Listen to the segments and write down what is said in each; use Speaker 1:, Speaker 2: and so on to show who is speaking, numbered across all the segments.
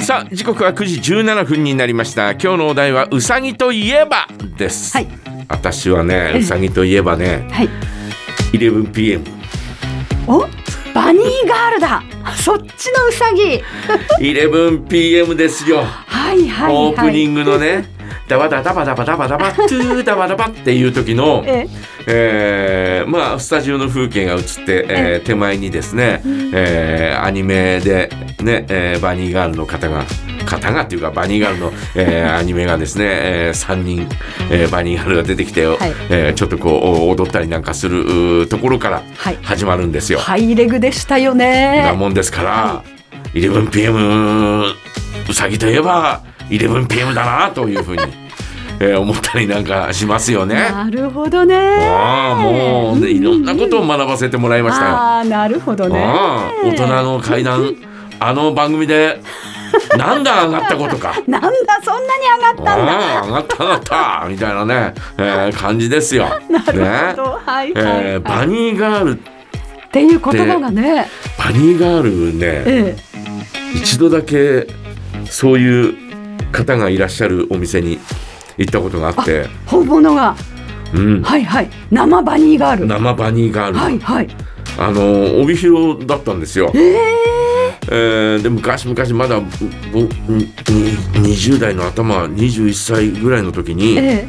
Speaker 1: さあ時刻は9時17分になりました今日のお題はうさぎといえばです、
Speaker 2: はい
Speaker 1: 私はねうさぎといえばね
Speaker 2: はい。
Speaker 1: 11pm
Speaker 2: お、バニーガールだ。そっちのウサギ。
Speaker 1: 11pm ですよ
Speaker 2: はいはいはい。
Speaker 1: オープニングのねダバダダバダバダバダバトゥーダバダバっていう時の
Speaker 2: ええ
Speaker 1: えーまあスタジオの風景が映って、えー手前にですね、えーアニメでね、えーバニーガールの方が方がというかバニーガールの、え ーアニメがですね、え3人、えーバニーガールが出てきて、
Speaker 2: い
Speaker 1: えーちょっとこう踊ったりなんかするうーところから
Speaker 2: はい
Speaker 1: 始まるんですよ。
Speaker 2: ハイレグでしたよ
Speaker 1: な
Speaker 2: ね。
Speaker 1: もんですから、11PM うさぎといえば 11PM だなというふうに、えー思ったりなんかします よね。
Speaker 2: なるほどね。
Speaker 1: ああもうねいろんなことを学ばせてもらいましたよ。あ
Speaker 2: ああなるほどね。
Speaker 1: あ大人の階段あの番組でなんだ上がったことか。
Speaker 2: なんだそんなに上がったんだ。
Speaker 1: ああ上がった上がったみたいなね、えー感じですよ。ね
Speaker 2: なるほど、はいはいはい
Speaker 1: えーバニーガール
Speaker 2: っていう言葉がね、
Speaker 1: バニーガールね
Speaker 2: ええ、
Speaker 1: 一度だけそういう方がいらっしゃるお店に行ったことがあって、
Speaker 2: 本物が
Speaker 1: うん、
Speaker 2: はいはい生バニーガール。
Speaker 1: 生バニーガール、
Speaker 2: はいはい。
Speaker 1: あの帯広だったんですよ。
Speaker 2: ええ
Speaker 1: えーで昔々まだぼぼにに20代の頭21歳ぐらいの時に、え
Speaker 2: え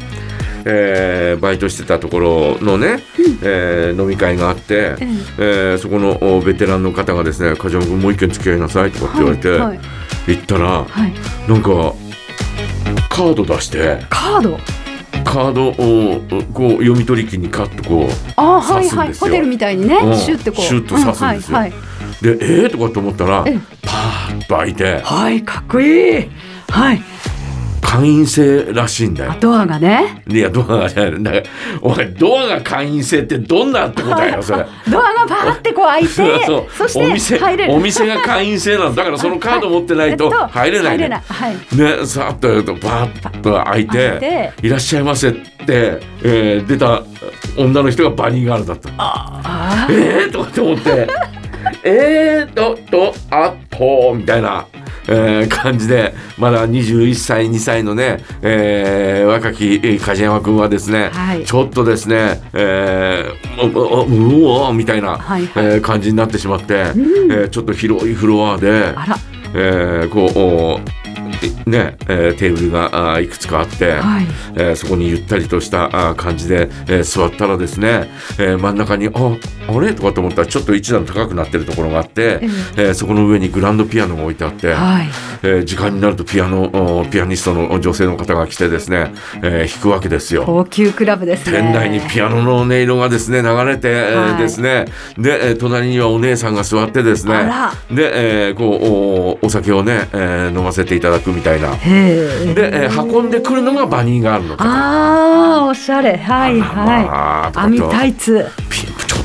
Speaker 1: ーバイトしてたところのね、えー飲み会があって、え
Speaker 2: え
Speaker 1: ーそこのおベテランの方がですね「梶山君もう一軒付き合いなさい」とかって言われて、
Speaker 2: はいはい
Speaker 1: 行ったら
Speaker 2: はい。
Speaker 1: なんかカード出して
Speaker 2: カード。
Speaker 1: カードをこう読み取り機にカッとこう
Speaker 2: ああはい
Speaker 1: 刺
Speaker 2: は
Speaker 1: すん
Speaker 2: い。
Speaker 1: ですよ
Speaker 2: ホテルみたいにね、
Speaker 1: うん
Speaker 2: シュッてこう。
Speaker 1: シュッと刺すんですよ
Speaker 2: はい
Speaker 1: で「えー?」とかと思ったら
Speaker 2: ええ
Speaker 1: パーッと開いて
Speaker 2: はい。はいかっこいい。はい。
Speaker 1: 会員制らしいんだよ。
Speaker 2: ドアがね。
Speaker 1: いや、ドアがじゃないだからお前、ドアが会員制ってどんなとこだよ、それ。
Speaker 2: ドアがパーってこう開い て、
Speaker 1: そう
Speaker 2: そ
Speaker 1: お
Speaker 2: して
Speaker 1: 店
Speaker 2: 入れる。
Speaker 1: お店が会員制なのだからそのカード持ってないと
Speaker 2: はいえ
Speaker 1: 入れ
Speaker 2: っと
Speaker 1: ない,、ね
Speaker 2: 入れないはい
Speaker 1: ねさっとやるとバーッと開い
Speaker 2: 開い
Speaker 1: て
Speaker 2: て
Speaker 1: 「いらっしゃいませ」って、えー出た女の人がバニーガールだった
Speaker 2: あ
Speaker 1: えーとかって思って「えーととあと」みたいな、えー感じでまだ21歳2歳のね、えー若きえー梶山君はですね、
Speaker 2: はい
Speaker 1: ちょっとですね「えー、ううううおー」みたいな、
Speaker 2: はいはい
Speaker 1: えー感じになってしまって、えーちょっと広いフロアで
Speaker 2: あ。あら。
Speaker 1: えーこうおーねえーテーブルがあーいくつかあって、
Speaker 2: はい
Speaker 1: えーそこにゆったりとしたあー感じで、えー座ったらですね、えー真ん中に「ああれ?」とかと思ったらちょっと一段高くなってるところがあって、え
Speaker 2: え
Speaker 1: ーそこの上にグランドピアノが置いてあって。
Speaker 2: はい。
Speaker 1: えー時間になるとピアノおーピアニストの女性の方が来てですね、えー弾くわけですよ。
Speaker 2: 高級クラブですね。
Speaker 1: 店内にピアノの音色がですね流れて、えー
Speaker 2: はい
Speaker 1: ですねで、えー隣にはお姉さんが座ってですね
Speaker 2: あ
Speaker 1: で、えーこうおお酒をね、えー飲ませていただくみたいな
Speaker 2: へえ。
Speaker 1: で、えー運んでくるのがバニーガールの方
Speaker 2: ああおしゃれはいは
Speaker 1: まあ
Speaker 2: い。網タ
Speaker 1: ちょっ
Speaker 2: イツ
Speaker 1: と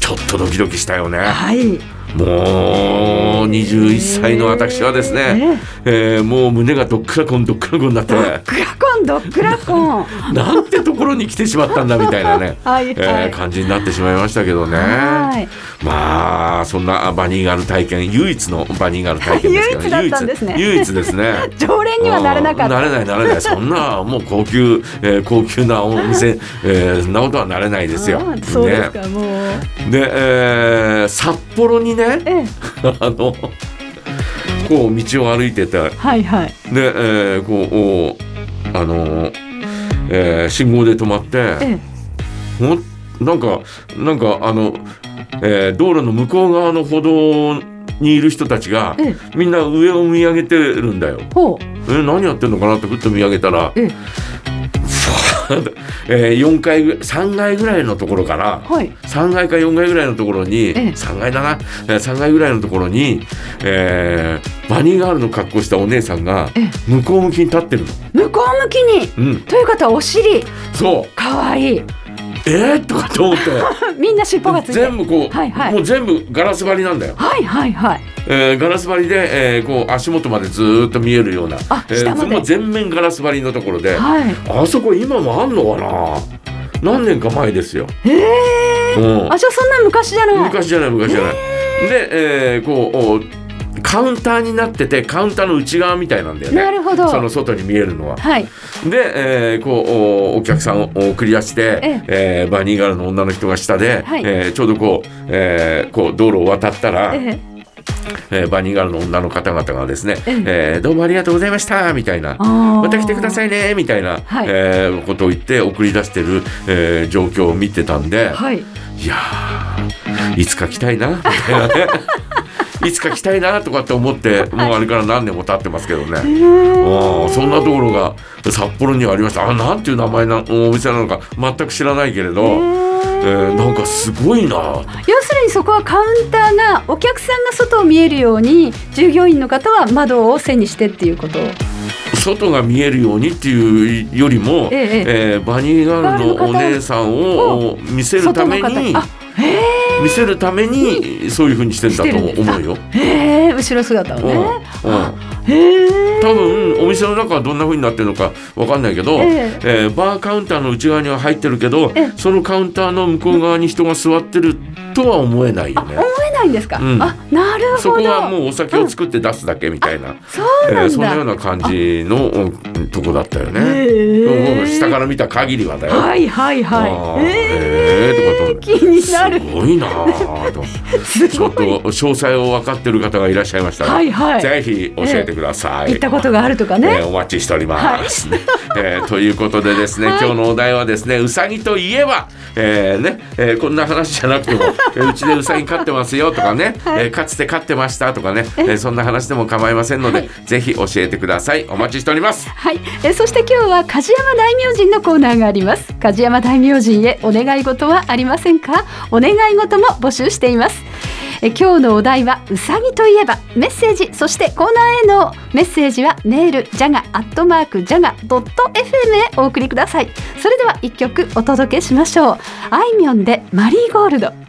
Speaker 1: ちょっとちょっとドキドキしたよね
Speaker 2: はい。
Speaker 1: もう21歳の私はですね、えーもう胸がどっくらこんどっくらこんになって
Speaker 2: クラコンドッグラコン。
Speaker 1: なんてところに来てしまったんだみたいなね
Speaker 2: はいはい
Speaker 1: えー感じになってしまいましたけどね
Speaker 2: はい
Speaker 1: まあそんなバニーガール体験唯一のバニーガール体験ですけど
Speaker 2: 唯一だったんですね
Speaker 1: 唯一唯一ですね
Speaker 2: 常 連にはなれなかっ
Speaker 1: うん
Speaker 2: た。
Speaker 1: なれないなれないそんなもう高級、えー高級なお店、えーそんなことはなれないですよ
Speaker 2: あーそうです
Speaker 1: ね
Speaker 2: か、もう。
Speaker 1: で、えー札幌にね
Speaker 2: ええ、
Speaker 1: あのこう道を歩いてた
Speaker 2: はいはい。
Speaker 1: で、えーこうおあのーえー信号で止まって、
Speaker 2: ええ、
Speaker 1: ほんなんかなんかあの、えー道路の向こう側の歩道にいる人たちが、
Speaker 2: え
Speaker 1: みんな上を見上げてるんだよ。
Speaker 2: ほう、
Speaker 1: え何やってんのかなってふっと見上げたら、
Speaker 2: ええ、
Speaker 1: えー、4階ぐ3階ぐらいのところから、
Speaker 2: はい。
Speaker 1: 3階か4階ぐらいのところに、
Speaker 2: ええ
Speaker 1: 3階だな、えー3階ぐらいのところに、えーバニーガールの格好したお姉さんが
Speaker 2: え
Speaker 1: 向こう向きに立ってるの。
Speaker 2: 向こう向きに。
Speaker 1: うん、
Speaker 2: ということはお尻、
Speaker 1: そう
Speaker 2: かわいい。
Speaker 1: えー、とかと思 って。
Speaker 2: みんな尻尾がついてる。
Speaker 1: 全部こう、
Speaker 2: はいはい
Speaker 1: もう全部ガラス張りなんだよ、
Speaker 2: はいはいはい。
Speaker 1: えーガラス張りで、えーこう足元までずーっと見えるような
Speaker 2: あ
Speaker 1: えー
Speaker 2: 下まで
Speaker 1: もう全面ガラス張りのところで、
Speaker 2: はい。
Speaker 1: あそこ今もあんのかな何年か前ですよ、
Speaker 2: ええ
Speaker 1: うん
Speaker 2: あ、じゃあそんな昔じゃない。
Speaker 1: 昔じゃない昔じゃない、で、えーこうおカウンターになっててカウンターの内側みたいなんだよね
Speaker 2: なるほど
Speaker 1: その外に見えるのは。
Speaker 2: はい
Speaker 1: で、えーこうおお客さんを送り出して、
Speaker 2: え
Speaker 1: えーバニーガールの女の人が下で、
Speaker 2: はい
Speaker 1: えーちょうどこう,、えーこう道路を渡ったら、え
Speaker 2: え
Speaker 1: ーバニーガールの女の方々がですね「
Speaker 2: ええ
Speaker 1: えーどうもありがとうございました」みたいな「
Speaker 2: ま
Speaker 1: また来てくだ
Speaker 2: い
Speaker 1: さいね」みたいな、
Speaker 2: はい
Speaker 1: えーことを言って送り出してる、えー状況を見てたんで、
Speaker 2: はい
Speaker 1: い、やーいつか来たいなみたいなねいつか来たいなとかって思ってもうあれから何年も経ってますけどね。ああそんなところが札幌にはありましたあなんていう名前なお店なのか全く知らないけれど、えーなんかすごいな
Speaker 2: 要するにそこはカウンターがお客さんが外を見えるように従業員の方は窓を背にしてっていうこと
Speaker 1: 外が見えるようにっていうよりも、
Speaker 2: ええ
Speaker 1: えーバニーガールのお姉さんを見せるた
Speaker 2: 外の
Speaker 1: め
Speaker 2: 方
Speaker 1: に
Speaker 2: あ
Speaker 1: 見せるためにそういうふうにしてんだと思うよ。
Speaker 2: へえ後ろ姿を
Speaker 1: うんうん
Speaker 2: ねへえ
Speaker 1: 多分お店の中はどんな風になってるのかわかんないけど、
Speaker 2: え
Speaker 1: えーバーカウンターの内側には入ってるけど
Speaker 2: ええ
Speaker 1: そのカウンターの向こう側に人が座ってるとは思えないよね。
Speaker 2: 思えないんですか、
Speaker 1: うん
Speaker 2: あなるほど
Speaker 1: そこはもうお酒を作って出すだけみたいな、
Speaker 2: そう
Speaker 1: え
Speaker 2: な
Speaker 1: ー
Speaker 2: ん
Speaker 1: そんな
Speaker 2: だ、
Speaker 1: ような感じのうんとこだったよね。
Speaker 2: へ
Speaker 1: うん
Speaker 2: え
Speaker 1: 下から見た限りはだよ。
Speaker 2: はいはい
Speaker 1: あ
Speaker 2: は
Speaker 1: ー
Speaker 2: い
Speaker 1: えーとかと
Speaker 2: 気になる
Speaker 1: すごいなぁ と
Speaker 2: す
Speaker 1: ちょ
Speaker 2: ご
Speaker 1: っと詳細を分かってる方がいらっしゃいましたら、
Speaker 2: はいはい
Speaker 1: ぜひ教えてください。
Speaker 2: 行ったことがあるとか
Speaker 1: え
Speaker 2: ね、
Speaker 1: ーお待ちしております。 えーということでですね、
Speaker 2: はい
Speaker 1: 今日のお題はですね、うさぎといえば、えーね、えーこんな話じゃなくて も、えーうちでうさぎ飼ってますよとかね、えーかつて飼ってましたとかね、えーそんな話でも構いませんので、ぜひ教えてください。お待ちしております。
Speaker 2: はい、えーそして今日は梶山大名人のコーナーがあります梶山大名人へお願い事はありませんかお願い事も募集していますえー今日のお題はうさぎといえばメッセージそしてコーナーへのメッセージはメールジャガアットマークジャガドット FM へお送りくださいそれでは一曲お届けしましょうあいみょんでマリーゴールド